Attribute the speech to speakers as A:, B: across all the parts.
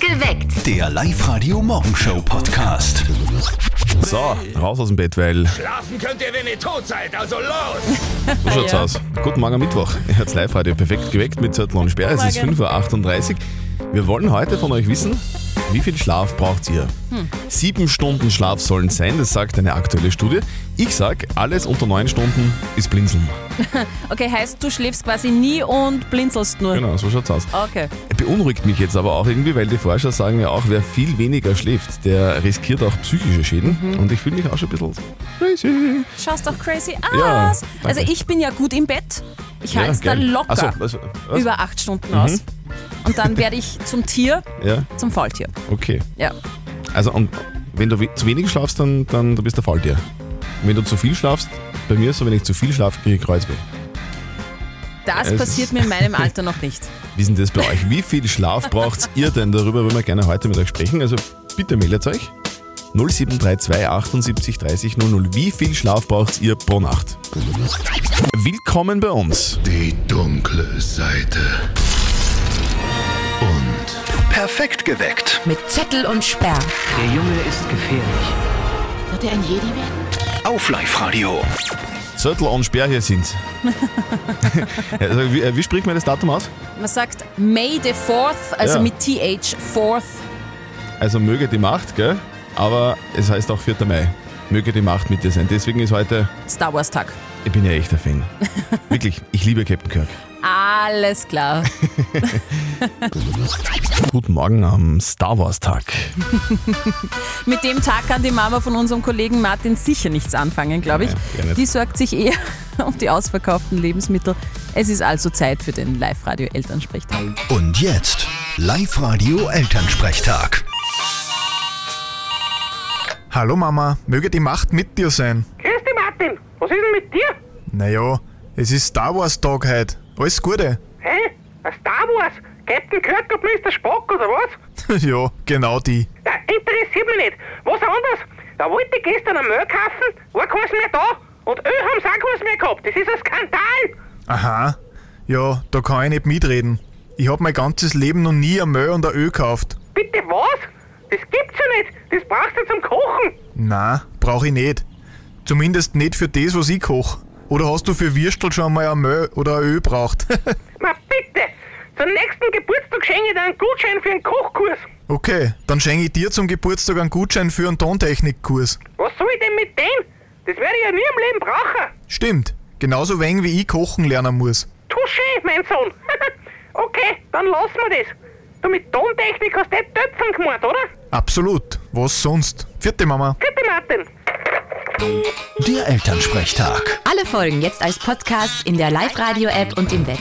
A: Geweckt.
B: Der Live-Radio-Morgenshow-Podcast.
C: So, raus aus dem Bett, weil
D: Schlafen könnt ihr, wenn ihr tot seid, also los!
C: so
E: Ah,
C: schaut's aus. Guten Morgen am Mittwoch. Ihr hört's live heute perfekt geweckt mit Zettel und Sperr. Es ist 5.38 Uhr. Wir wollen heute von euch wissen, wie viel Schlaf braucht ihr?
E: Hm.
C: Sieben Stunden Schlaf sollen sein, das sagt eine aktuelle Studie. Ich sag, alles unter neun Stunden ist Blinzeln.
E: Okay, heißt, du schläfst quasi nie und blinzelst nur.
C: Genau, so schaut's aus.
E: Okay.
C: Beunruhigt mich jetzt aber auch irgendwie, weil die Forscher sagen ja auch, wer viel weniger schläft, der riskiert auch psychische Schäden.
E: Mhm.
C: Und ich fühle mich auch schon ein bisschen crazy.
E: Schaust doch crazy
C: Ja,
E: aus.
C: danke.
E: also ich bin ja gut im Bett. Ich halte es da
C: gell.
E: locker
C: Ach so, was, was? Mhm.
E: über acht Stunden aus. Und dann werde ich zum Tier,
C: Ja,
E: zum Faultier.
C: okay.
E: Ja.
C: Also und wenn du we- zu wenig schlafst, dann, dann du bist der Faultier. Und wenn du zu viel schlafst, bei mir ist so, wenn ich zu viel schlafe, kriege ich Kreuzweh.
E: Das
C: Es-
E: passiert mir in meinem Alter noch nicht.
C: Wie ist denn das bei euch? Wie viel Schlaf braucht ihr denn? Darüber wollen wir gerne heute mit euch sprechen. Also bitte meldet euch. 0732 78 30 00. Wie viel Schlaf braucht ihr pro Nacht? Willkommen bei uns.
F: Die dunkle Seite. Und
B: Perfekt geweckt.
G: Mit Zettel und Sperr.
H: Der Junge ist gefährlich.
I: Wird er ein Jedi werden?
B: Auf Live-Radio.
C: Zettel und Sperr hier sind. also, wie, äh, wie spricht man das Datum aus?
E: Man sagt May the 4th, also
C: Ja.
E: mit TH 4th.
C: Also möge die Macht, gell? Aber es heißt auch 4. Mai. Möge die Macht mit dir sein. Deswegen ist heute,
E: Star Wars Tag.
C: ich bin ja echter Fan. Wirklich, ich liebe Captain Kirk.
E: Alles klar.
C: Guten Morgen am Star Wars Tag.
E: Mit dem Tag kann die Mama von unserem Kollegen Martin sicher nichts anfangen, glaube ich.
C: Nee, eher nicht.
E: die sorgt sich eher um die ausverkauften Lebensmittel. Es ist also Zeit für den Live-Radio Elternsprechtag.
B: Und jetzt Live-Radio Elternsprechtag.
J: Hallo Mama, möge die Macht mit dir sein.
D: Grüß dich, Martin! Was ist denn mit dir?
J: Naja, es ist Star Wars Tag heute. Alles Gute.
D: Hä? Ein Star Wars? Captain Kirk und Mr. Spock oder was?
J: ja, genau die.
D: Na, interessiert mich nicht. Was anderes? Da wollte ich gestern einen Müll kaufen, war keins mehr da und Öl haben sie auch keins mehr gehabt. Das ist ein Skandal!
J: Aha. Ja, da kann ich nicht mitreden. Ich hab mein ganzes Leben noch nie ein Mehl und ein Öl gekauft.
D: Bitte was? Das gibt's ja nicht! Das brauchst du zum Kochen!
J: Na, brauche ich nicht. Zumindest nicht für das, was ich koche. Oder hast du für Würstel schon mal ein Mehl oder ein Öl braucht?
D: Na bitte! Zum nächsten Geburtstag schenke ich dir einen Gutschein für einen Kochkurs.
J: okay, dann schenke ich dir zum Geburtstag einen Gutschein für einen Tontechnikkurs.
D: Was soll ich denn mit dem? Das werde ich ja nie im Leben brauchen.
J: Stimmt, genauso wenig wie ich kochen lernen muss.
D: Touché, mein Sohn. okay, dann lassen wir das. Du mit Tontechnik hast du eh Töpfen gemacht, oder?
J: Absolut, was sonst? Vierte Mama.
D: Bitte, Martin.
B: Der Elternsprechtag.
G: Alle Folgen jetzt als Podcast in der Live-Radio-App und im Web.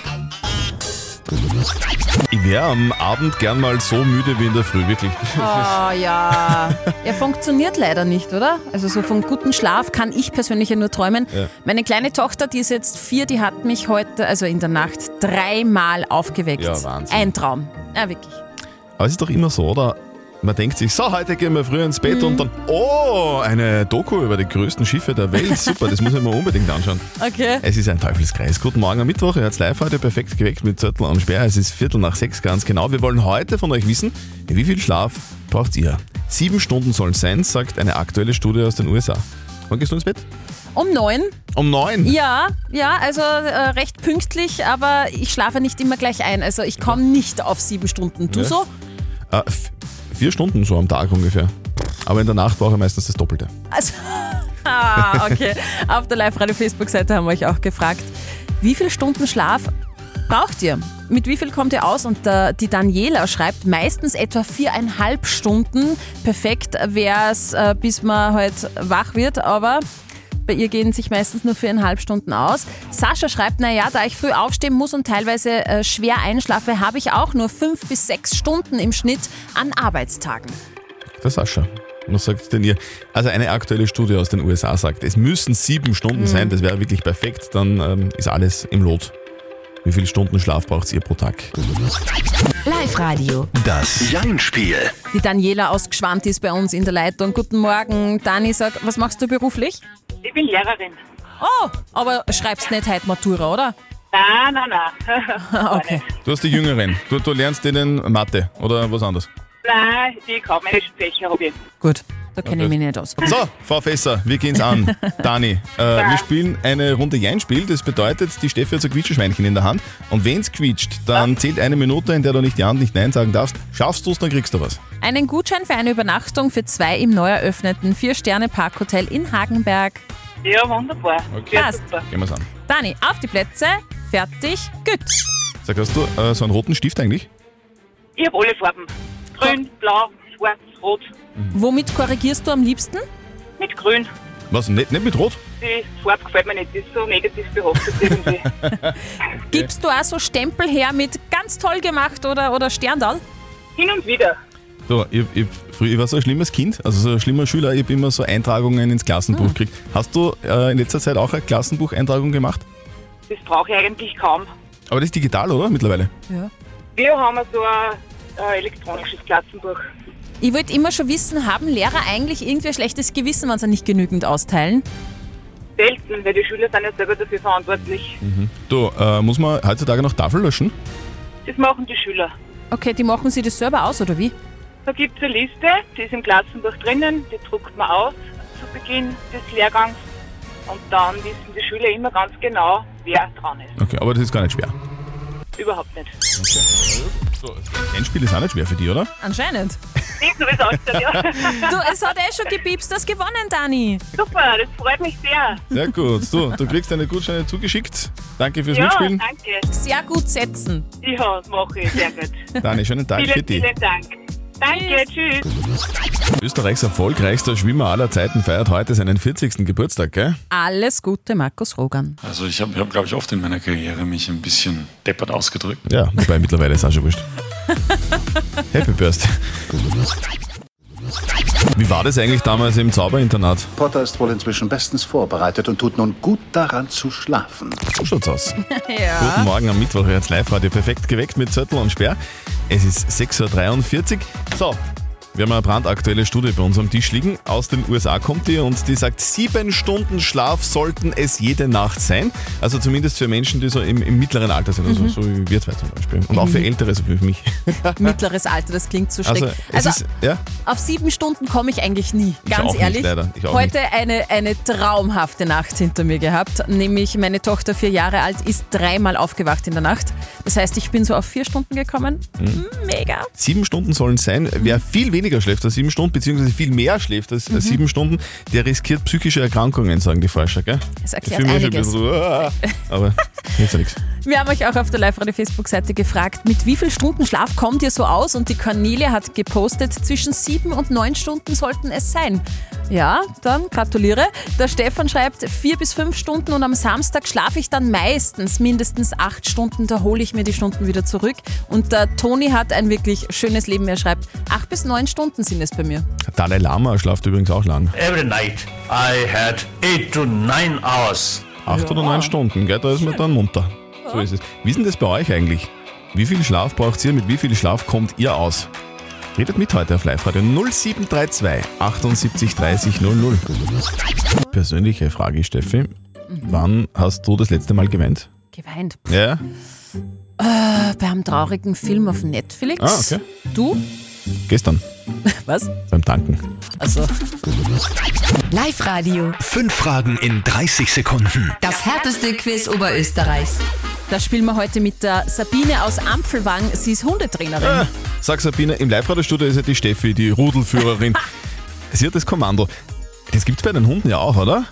C: Ich wäre am Abend gern mal so müde wie in der Früh, wirklich.
E: Oh ja. Er funktioniert leider nicht, oder? Also so von gutem Schlaf kann ich persönlich ja nur träumen. Meine kleine Tochter, die ist jetzt vier, die hat mich heute, also in der Nacht, dreimal aufgeweckt.
C: Ja, Wahnsinn.
E: Ein Traum. Ja, wirklich.
C: Aber es ist doch immer so, oder? Man denkt sich, so, heute gehen wir früh ins Bett und dann, oh, eine Doku über die größten Schiffe der Welt. Super, das muss ich mir unbedingt anschauen.
E: Okay.
C: Es ist ein Teufelskreis. Guten Morgen am Mittwoch. Ihr hört's live heute perfekt geweckt mit Zettel und Sperr. Es ist Viertel nach sechs, ganz genau. Wir wollen heute von euch wissen, wie viel Schlaf braucht ihr? Sieben Stunden sollen sein, sagt eine aktuelle Studie aus den USA. Wann gehst du ins Bett?
E: Um neun.
C: Um neun.
E: Ja, ja, also äh, recht pünktlich, aber ich schlafe nicht immer gleich ein. Also ich komme nicht auf sieben Stunden. Du
C: Ja.
E: so?
C: Äh, f- vier Stunden so am Tag ungefähr. Aber in der Nacht brauche ich meistens das Doppelte.
E: Also, ah, okay. Auf der Live-Radio-Facebook-Seite haben wir euch auch gefragt, wie viele Stunden Schlaf braucht ihr? Mit wie viel kommt ihr aus? Und äh, die Daniela schreibt, meistens etwa viereinhalb Stunden. Perfekt wäre es, äh, bis man halt wach wird, aber bei ihr gehen sich meistens nur viereinhalb Stunden aus. Sascha schreibt, naja, da ich früh aufstehen muss und teilweise äh, schwer einschlafe, habe ich auch nur fünf bis sechs Stunden im Schnitt an Arbeitstagen.
C: Der Sascha. Was sagt denn ihr? Also eine aktuelle Studie aus den USA sagt, es müssen sieben Stunden sein, das wäre wirklich perfekt, dann ähm, ist alles im Lot. Wie viele Stunden Schlaf braucht ihr pro Tag?
G: Live-Radio.
B: Das Jein-Spiel.
E: Die Daniela aus Gschwand ist bei uns in der Leitung. Guten Morgen. Dani sagt, was machst du beruflich?
D: Ich bin Lehrerin.
E: Oh, aber schreibst nicht heute Matura, oder?
D: Nein, nein, nein.
E: Okay.
C: Du hast die Jüngeren. Du, du lernst denen Mathe oder was anderes.
D: Nein, die kaufmännischen Fächer habe ich.
E: Gut, da kenne ich mich nicht aus.
C: So, Frau Fässer, wir gehen's an. Dani, äh, wir spielen eine Runde Jein-Spiel. Das bedeutet, die Steffi hat so ein Quietscheschweinchen in der Hand. Und wenn's quietscht, dann zählt eine Minute, in der du nicht Ja und nicht Nein sagen darfst. Schaffst du's, dann kriegst du was.
E: Einen Gutschein für eine Übernachtung für zwei im neu eröffneten Vier-Sterne-Parkhotel in Hagenberg.
D: Ja, wunderbar.
C: Okay.
D: Ja,
E: Passt.
D: super.
C: Gehen wir's an.
E: Dani, auf die Plätze, fertig, gut.
C: Sag, hast du äh, so einen roten Stift eigentlich?
D: Ich habe alle Farben. Grün, blau, schwarz, rot.
E: Womit korrigierst du am liebsten?
D: Mit grün.
C: Was, nicht, nicht mit Rot?
D: Die Farbe gefällt mir nicht. Die ist so negativ behaftet irgendwie.
E: Gibst du auch so Stempel her mit ganz toll gemacht oder, oder Sterndal?
D: Hin und wieder.
C: Du, ich, ich, früher- ich war so ein schlimmes Kind, also so ein schlimmer Schüler. Ich habe immer so Eintragungen ins Klassenbuch
D: Hm.
C: gekriegt. Hast du äh, in letzter Zeit auch eine Klassenbucheintragung gemacht?
D: Das brauche ich eigentlich kaum.
C: Aber das ist digital, oder? Mittlerweile.
D: Wir haben so ein äh, elektronisches Klassenbuch.
E: Ich wollte immer schon wissen, haben Lehrer eigentlich irgendwie ein schlechtes Gewissen, wenn sie nicht genügend austeilen?
D: Selten, weil die Schüler sind ja selber dafür verantwortlich.
C: Du, äh, muss man heutzutage noch Tafel löschen?
D: Das machen die Schüler.
E: Okay, die machen sie das selber aus, oder wie?
D: Da gibt es eine Liste, die ist im Klassenbuch drinnen, die druckt man aus zu Beginn des Lehrgangs. Und dann wissen die Schüler immer ganz genau, wer dran ist.
C: Okay, aber das ist gar nicht schwer.
D: Überhaupt nicht.
C: Ein Spiel ist auch nicht schwer für dich, oder?
E: Anscheinend.
D: Ich sowieso ausstellen, ja.
E: Du, es hat eh schon gepiepst, das gewonnen, Dani.
D: Super, das freut mich sehr.
C: Sehr gut. So, du kriegst deine Gutscheine zugeschickt. Danke fürs
D: Ja,
C: Mitspielen.
D: danke.
E: Sehr gut setzen.
D: Ja, mache ich. Sehr gut.
C: Dani, schönen Tag für
D: vielen,
C: dich.
D: vielen Dank. Danke, tschüss.
C: Österreichs erfolgreichster Schwimmer aller Zeiten feiert heute seinen 40. Geburtstag, gell?
E: Alles Gute, Markus Rogan.
A: Also ich habe, hab, glaube ich, oft in meiner Karriere mich ein bisschen deppert ausgedrückt.
C: Ja, wobei mittlerweile ist auch schon wurscht. Happy Birthday. Wie war das eigentlich damals im Zauberinternat?
B: Potter ist wohl inzwischen bestens vorbereitet und tut nun gut daran zu schlafen.
C: So schaut's aus.
E: Ja.
C: Guten Morgen am Mittwoch, jetzt Live-Radio perfekt geweckt mit Zettel und Sperr. Es ist 6.43 Uhr. So, wir haben eine brandaktuelle Studie bei uns am Tisch liegen. Aus den USA kommt die und die sagt, sieben Stunden Schlaf sollten es jede Nacht sein. Also zumindest für Menschen, die so im, im mittleren Alter sind,
E: Mhm.
C: also so wie wir zwei zum Beispiel. Und auch für Ältere, so wie mich.
E: Mittleres Alter, das klingt zu schräg.
C: Also, es
E: Also,
C: ist, ja,
E: auf sieben Stunden komme ich eigentlich nie,
C: Ich
E: ganz
C: auch nicht,
E: ehrlich.
C: leider. Ich auch
E: Heute Eine, eine traumhafte Nacht hinter mir gehabt, nämlich meine Tochter, vier Jahre alt, ist dreimal aufgewacht in der Nacht. Das heißt, ich bin so auf vier Stunden gekommen.
C: Mhm.
E: Mega.
C: sieben Stunden sollen sein. Wer viel weniger schläft als sieben Stunden, beziehungsweise viel mehr schläft als
E: Mhm.
C: als sieben Stunden, der riskiert psychische Erkrankungen, sagen die Forscher, gell? Ich
E: Das erklärt
C: fühle mich schon ein
E: einiges.
C: bisschen so, ah, aber hilft ja nichts.
E: Wir haben euch auch auf der Live-Radio-Facebook-Seite gefragt, mit wie viel Stunden Schlaf kommt ihr so aus? Und die Cornelia hat gepostet, zwischen sieben und neun Stunden sollten es sein. Ja, dann gratuliere. Der Stefan schreibt, vier bis fünf Stunden und am Samstag schlafe ich dann meistens mindestens acht Stunden, da hole ich mir die Stunden wieder zurück. Und der Toni hat ein wirklich schönes Leben. Er schreibt, acht bis neun Stunden sind es bei mir.
C: Dalai Lama schlaft übrigens auch lang.
H: Every night I had eight to nine hours.
C: Acht oder neun Stunden, gell? Da ist man dann munter. So ist es. Wie ist denn das bei euch eigentlich? Wie viel Schlaf braucht ihr? Mit wie viel Schlaf kommt ihr aus? Redet mit heute auf Live-Radio 0732 78 30 00. Persönliche Frage, Steffi.
E: Mhm.
C: Wann hast du das letzte Mal geweint?
E: Geweint.
C: Ja?
E: Bei einem traurigen Film auf Netflix.
C: Ah, okay.
E: Du?
C: Gestern,
E: Was?
C: beim Tanken.
E: Also.
G: Live-Radio.
B: Fünf Fragen in 30 Sekunden.
G: Das härteste Quiz Oberösterreichs.
E: Da spielen wir heute mit der Sabine aus Ampfelwang. Sie ist Hundetrainerin.
C: Ah, Sag Sabine, im Live-Radio-Studio ist ja die Steffi, die Rudelführerin. Sie hat das Kommando. Das gibt's bei den Hunden ja auch, oder?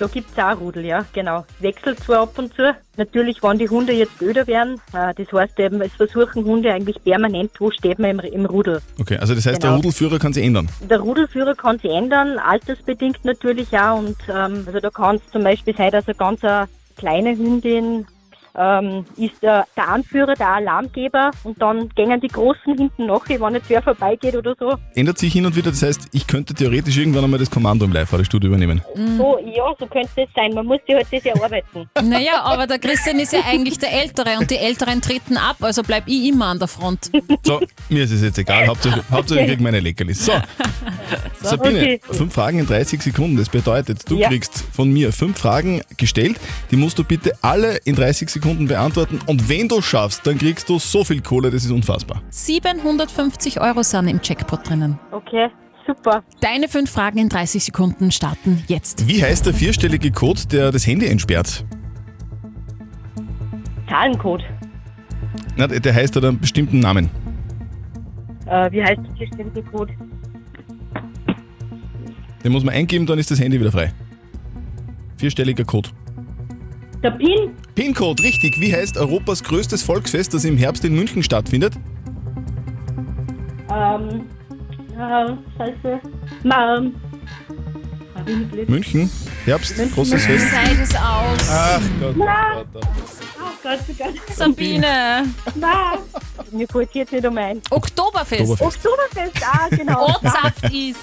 D: Da gibt es auch Rudel, ja, genau. Wechselt zwar ab und zu. Natürlich, wenn die Hunde jetzt öder werden, äh, das heißt eben, es versuchen Hunde eigentlich permanent, wo steht man im, im Rudel.
C: Okay, also das heißt, der
D: Genau.
C: Rudelführer kann sich ändern.
D: Der Rudelführer kann sich ändern, altersbedingt natürlich auch. Und ähm, also da kann es zum Beispiel sein, dass eine ganz äh, kleine Hündin ähm, ist äh, der Anführer, der Alarmgeber und dann gängen die Großen hinten nach, wenn jetzt wer vorbeigeht oder so.
C: ändert sich hin und wieder. Das heißt, ich könnte theoretisch irgendwann einmal das Kommando im Live-Radio-Studio übernehmen.
D: So, ja, so könnte es sein. Man muss sich halt das erarbeiten.
E: Naja, aber der Christian ist ja eigentlich der Ältere und die Älteren treten ab, also bleib ich immer an der Front.
C: So, mir ist es jetzt egal. Hauptsache, Hauptsache ich kriege meine Leckerlis. So,
E: ne?
C: Sabine,
D: Okay.
C: fünf Fragen in 30 Sekunden. Das bedeutet, du
D: Ja.
C: kriegst von mir fünf Fragen gestellt. Die musst du bitte alle in 30 Sekunden beantworten. Und wenn du schaffst, dann kriegst du so viel Kohle, das ist unfassbar.
E: 750 Euro sind im Jackpot drinnen.
D: Okay, super.
E: Deine fünf Fragen in 30 Sekunden starten jetzt.
C: Wie heißt der vierstellige Code, der das Handy entsperrt?
D: Zahlencode.
C: Na, der der heißt ja einen bestimmten Namen.
D: Äh, wie heißt der bestimmte Code?
C: Den muss man eingeben, dann ist das Handy wieder frei. Vierstelliger Code.
D: Der PIN?
C: PIN-Code, richtig. Wie heißt Europas größtes Volksfest, das im Herbst in München stattfindet?
D: Ähm, äh, scheiße. Ma, ähm, hab ich nicht gelesen.
C: München, Herbst, großes Fest.
E: Zeit ist aus.
C: Ach Gott, Gott, Gott.
D: oh Gott, oh Gott.
E: Sabine.
D: Ma. Mir fällt jetzt nicht um ein.
E: Oktoberfest.
C: Oktoberfest.
D: Oktoberfest, ah, genau.
E: Rotsaft ist.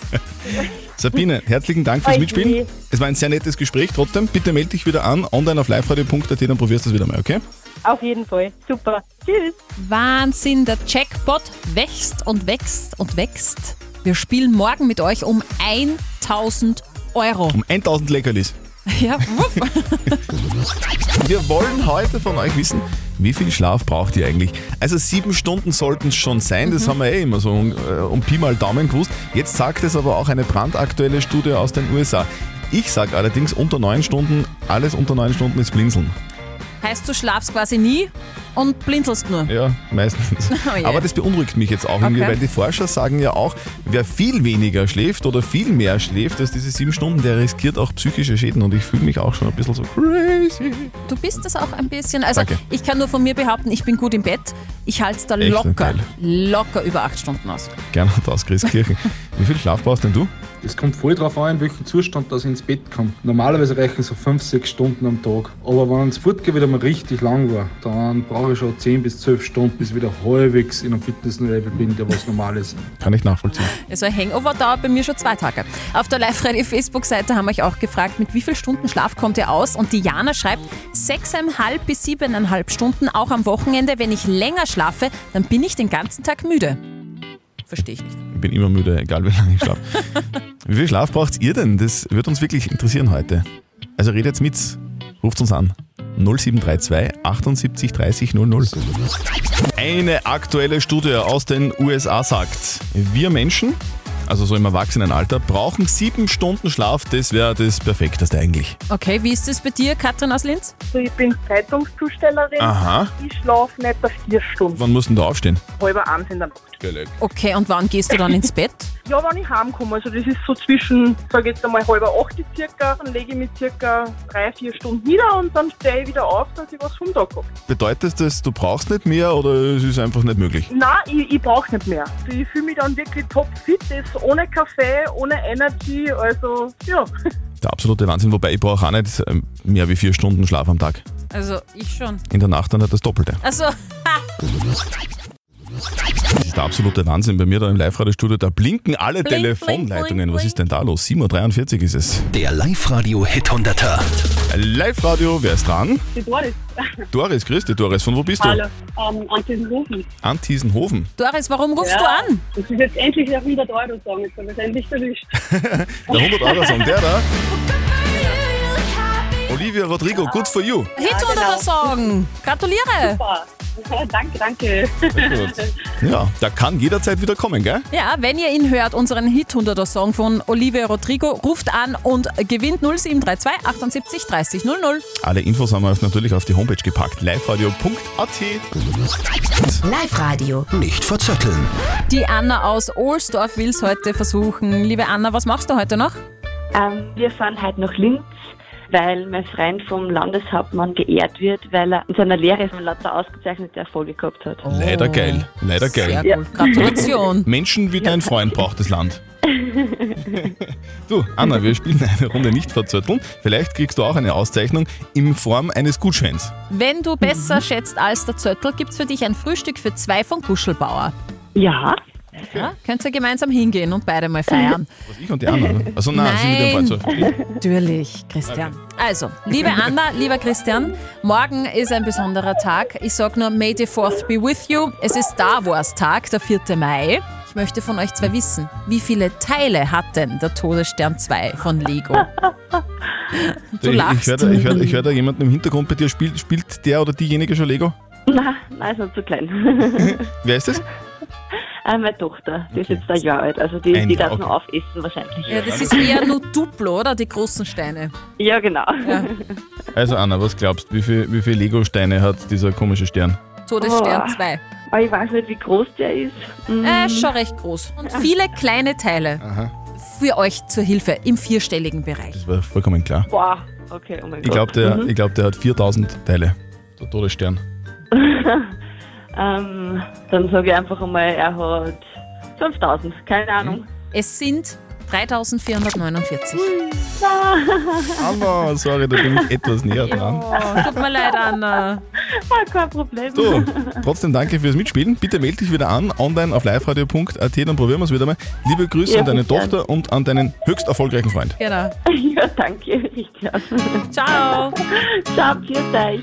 C: Sabine, herzlichen Dank fürs
D: Oi,
C: Mitspielen.
D: je.
C: Es war ein sehr nettes Gespräch. Trotzdem, bitte melde dich wieder an, online auf liveradio.at, dann probierst du es wieder mal, okay?
D: Auf jeden Fall. Super. Tschüss.
E: Wahnsinn, der Jackpot wächst und wächst und wächst. Wir spielen morgen mit euch um 1000 Euro.
C: Um 1000 Leckerlis.
E: Ja, wupp.
C: Wir wollen heute von euch wissen, wie viel Schlaf braucht ihr eigentlich? Also sieben Stunden sollten es schon sein,
E: Mhm.
C: das haben wir eh immer so um, äh, um Pi mal Daumen gewusst. Jetzt sagt es aber auch eine brandaktuelle Studie aus den USA. Ich sage allerdings unter neun Stunden, alles unter neun Stunden ist Blinzeln.
E: Heißt, du schlafst quasi nie und blinzelst nur.
C: Ja, meistens.
E: Oh je.
C: Aber das beunruhigt mich jetzt auch irgendwie,
E: Okay.
C: weil die Forscher sagen ja auch, wer viel weniger schläft oder viel mehr schläft als diese sieben Stunden, der riskiert auch psychische Schäden und ich fühle mich auch schon ein bisschen so crazy.
E: Du bist das auch ein bisschen. Also,
C: Danke.
E: ich kann nur von mir behaupten, ich bin gut im Bett. Ich halte es da
C: Echt ein
E: locker,
C: Teil.
E: locker über acht Stunden aus.
C: Gerne aus Christkirchen. Wie viel Schlaf brauchst denn du?
K: Es kommt voll drauf an, in welchem Zustand das ins Bett kommt. Normalerweise reichen so 5, 6 Stunden am Tag. Aber wenn das Fortgehen wieder mal richtig lang war, dann brauche ich schon 10 bis 12 Stunden, bis ich wieder halbwegs in einem Fitnesslevel bin, der was normal ist.
C: Kann ich nachvollziehen.
E: Also ein Hangover dauert bei mir schon zwei Tage. Auf der Live-Radio-Facebook-Seite haben wir euch auch gefragt, mit wie viel Stunden Schlaf kommt ihr aus? Und die Jana schreibt, sechseinhalb bis siebeneinhalb Stunden, auch am Wochenende. Wenn ich länger schlafe, dann bin ich den ganzen Tag müde. Verstehe ich nicht.
C: Ich bin immer müde, egal wie lange ich schlafe. wie viel Schlaf braucht ihr denn? Das wird uns wirklich interessieren heute. Also redet mit, ruft uns an. 0732 78 30 00. Eine aktuelle Studie aus den USA sagt, wir Menschen, also so im Erwachsenenalter, brauchen sieben Stunden Schlaf, das wäre das Perfekteste eigentlich.
E: Okay, wie ist es bei dir, Katrin aus Linz?
D: So, ich bin Zeitungszustellerin.
C: Aha.
D: Ich schlafe nicht auf vier Stunden.
C: Wann musst denn du aufstehen?
D: Halber eins in der Nacht.
E: Okay, und wann gehst du dann ins Bett?
D: Ja, wenn ich heimkomme, also das ist so zwischen, sage jetzt einmal halber acht circa, dann lege ich mich circa drei, vier Stunden nieder und dann stehe ich wieder auf, dass ich was vom Tag habe.
C: Bedeutet das, du brauchst nicht mehr oder es ist einfach nicht möglich?
D: Nein, ich, ich brauche nicht mehr. Also Ich fühle mich dann wirklich topfit, das ohne Kaffee, ohne Energy, also ja.
C: Der absolute Wahnsinn, wobei ich brauche auch nicht ähm, mehr wie vier Stunden Schlaf am Tag.
E: Also ich schon.
C: In der Nacht dann hat das Doppelte.
E: Also,
C: Das ist der absolute Wahnsinn bei mir da im Live-Radio-Studio. Da blinken alle
E: Blink,
C: Telefonleitungen.
E: blink, blink,
C: Was ist denn da los? 7.43 Uhr ist es.
H: Der Live-Radio Hit 100er.
C: Live-Radio, wer ist dran?
D: Die Doris.
C: Doris, grüß dich, Doris. Von wo bist
D: Hallo. Ähm, Antisenhofen.
C: du? Antiesenhofen.
E: Doris, warum rufst
D: Ja.
E: du an?
D: Das ist jetzt endlich der 100 Euro Song, jetzt haben wir es endlich erwischt.
C: Der 100-Euro-Song, der da. Olivia Rodrigo, good for you.
E: Hit oder
D: genau.
E: das Song? Gratuliere!
D: Super. danke, danke.
C: Ja, da kann jederzeit wieder kommen, gell?
E: Ja, wenn ihr ihn hört, unseren Hit 100er Song von Olivia Rodrigo, ruft an und gewinnt 0732 78 30 00.
C: Alle Infos haben wir natürlich auf die Homepage gepackt. liveradio.at.
G: Live-Radio.
H: Nicht verzetteln.
E: Die Anna aus Ohlsdorf will es heute versuchen. Liebe Anna, was machst du heute noch?
L: Ähm, wir fahren heute nach Linz, weil mein Freund vom Landeshauptmann geehrt wird, weil er in seiner Lehre so lauter ausgezeichnete Erfolge gehabt hat.
C: Leider geil, leider geil.
E: Oh, Sehr cool. Gratulation.
C: Menschen wie dein Freund braucht das Land. Du, Anna, wir spielen eine Runde nicht verzötteln. Vielleicht kriegst du auch eine Auszeichnung in Form eines Gutscheins.
E: Wenn du besser schätzt als der Zöttl, gibt's für dich ein Frühstück für zwei von Kuschelbauer.
L: Ja,
E: Ja, könnt ihr gemeinsam hingehen und beide mal feiern.
C: Was ich und die Anna. ne? Also nein, sie
E: Nein.
C: ist wieder im Freund.
E: Natürlich, Christian. Also, liebe Anna, lieber Christian, morgen ist ein besonderer Tag. Ich sag nur, May the 4th be with you. Es ist Star Wars Tag, der 4. Mai. Ich möchte von euch zwei wissen, wie viele Teile hat denn der Todesstern 2 von Lego?
C: Du ich, ich höre da, ich hör, ich hör da jemanden im Hintergrund bei dir. Spielt, spielt der oder diejenige schon Lego?
D: Nein, nein, ist noch zu klein.
C: Wer ist das?
D: Äh, meine Tochter, die ist jetzt ein Jahr alt, also die,
C: Ein
D: die
C: Jahr,
D: darf nur aufessen wahrscheinlich.
E: Ja, das ist eher nur Duplo, oder? Die großen Steine.
D: Ja, genau.
C: Also Anna, was glaubst du, wie viel, wie viel Lego-Steine hat dieser komische Stern?
E: Todesstern
D: Oh.
E: 2.
D: Aber ich weiß nicht, wie groß der ist.
E: Äh, schon recht groß. Und viele kleine Teile. Für euch zur Hilfe im vierstelligen Bereich.
C: Das war vollkommen klar.
D: Boah, okay, oh mein
C: Ich glaube,
D: Gott.
C: der, ich glaub, der hat 4000 Teile. Der Todesstern.
D: Ähm, dann sage ich einfach einmal, er hat 5000, keine Ahnung.
E: Es sind 3449.
C: Aber sorry, da bin ich etwas näher dran.
E: Oh, Tut mir leid, Anna.
D: Ah, kein Problem.
C: So, trotzdem danke fürs Mitspielen. Bitte melde dich wieder an, online auf liveradio.at, dann probieren wir es wieder mal. Liebe Grüße
D: Ja,
C: an deine
D: sicher.
C: Tochter und an deinen höchst erfolgreichen Freund.
E: Genau.
D: Ja, danke, richtig.
E: Ciao.
D: Ciao, vielen Dank.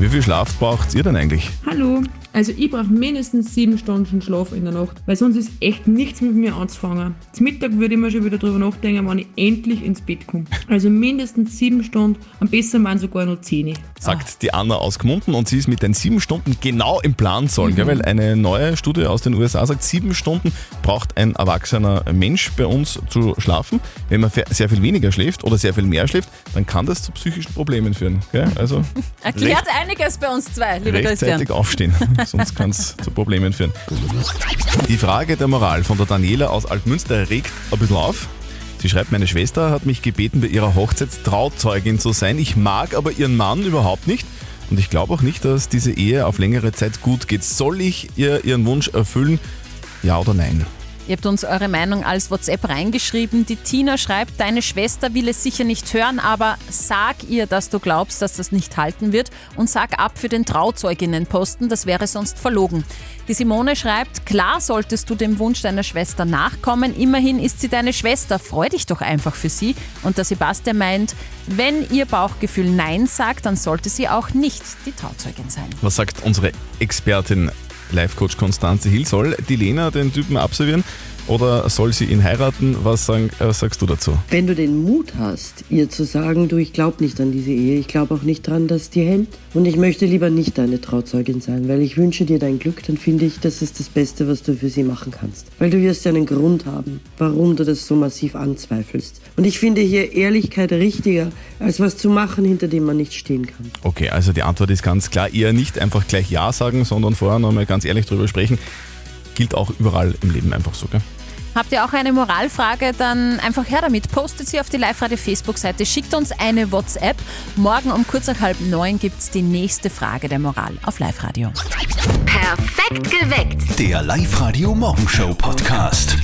C: Wie viel Schlaf braucht ihr denn eigentlich?
M: Hallo, also ich brauche mindestens sieben Stunden Schlaf in der Nacht, weil sonst ist echt nichts mit mir anzufangen. Zum Mittag würde ich mir schon wieder drüber nachdenken, wann ich endlich ins Bett komme. Also mindestens sieben Stunden, am besten waren sogar noch zehn.
C: Sagt die Anna aus Gmunden und sie ist mit den sieben Stunden genau im Plan sollen, gell? weil eine neue Studie aus den USA sagt, sieben Stunden braucht ein erwachsener Mensch bei uns zu schlafen. Wenn man fe- sehr viel weniger schläft oder sehr viel mehr schläft, dann kann das zu psychischen Problemen führen. Gell? Also
E: Erklärt einiges bei uns zwei, lieber Christian.
C: rechtzeitig aufstehen, sonst kann es zu Problemen führen. Die Frage der Moral von der Daniela aus Altmünster regt ein bisschen auf. Sie schreibt, meine Schwester hat mich gebeten, bei ihrer Hochzeit Trauzeugin zu sein. Ich mag aber ihren Mann überhaupt nicht. Und ich glaube auch nicht, dass diese Ehe auf längere Zeit gut geht. Soll ich ihr ihren Wunsch erfüllen? Ja oder nein?
E: Ihr habt uns eure Meinung als WhatsApp reingeschrieben. Die Tina schreibt, deine Schwester will es sicher nicht hören, aber sag ihr, dass du glaubst, dass das nicht halten wird und sag ab für den Trauzeuginnenposten, das wäre sonst verlogen. Die Simone schreibt, klar solltest du dem Wunsch deiner Schwester nachkommen, immerhin ist sie deine Schwester, freu dich doch einfach für sie. Und der Sebastian meint, wenn ihr Bauchgefühl Nein sagt, dann sollte sie auch nicht die Trauzeugin sein.
C: Was sagt unsere Expertin, Life-Coach Konstanze Hill? Soll die Lena den Typen absolvieren oder soll sie ihn heiraten? Was, sagen, äh, was sagst du dazu?
J: Wenn du den Mut hast, ihr zu sagen, du, ich glaube nicht an diese Ehe, ich glaube auch nicht dran, dass die hält und ich möchte lieber nicht deine Trauzeugin sein, weil ich wünsche dir dein Glück, dann finde ich, das ist das Beste, was du für sie machen kannst. Weil du wirst ja einen Grund haben, warum du das so massiv anzweifelst. Und ich finde hier Ehrlichkeit richtiger, als was zu machen, hinter dem man nicht stehen kann.
C: Okay, also die Antwort ist ganz klar, eher nicht einfach gleich Ja sagen, sondern vorher nochmal ganz ehrlich drüber sprechen. Gilt auch überall im Leben einfach so, gell?
E: Habt ihr auch eine Moralfrage, dann einfach her damit. Postet sie auf die Live-Radio-Facebook-Seite, schickt uns eine WhatsApp. Morgen um kurz nach halb neun gibt's die nächste Frage der Moral auf Live-Radio.
G: Perfekt geweckt.
B: Der Live-Radio Morgenshow Podcast.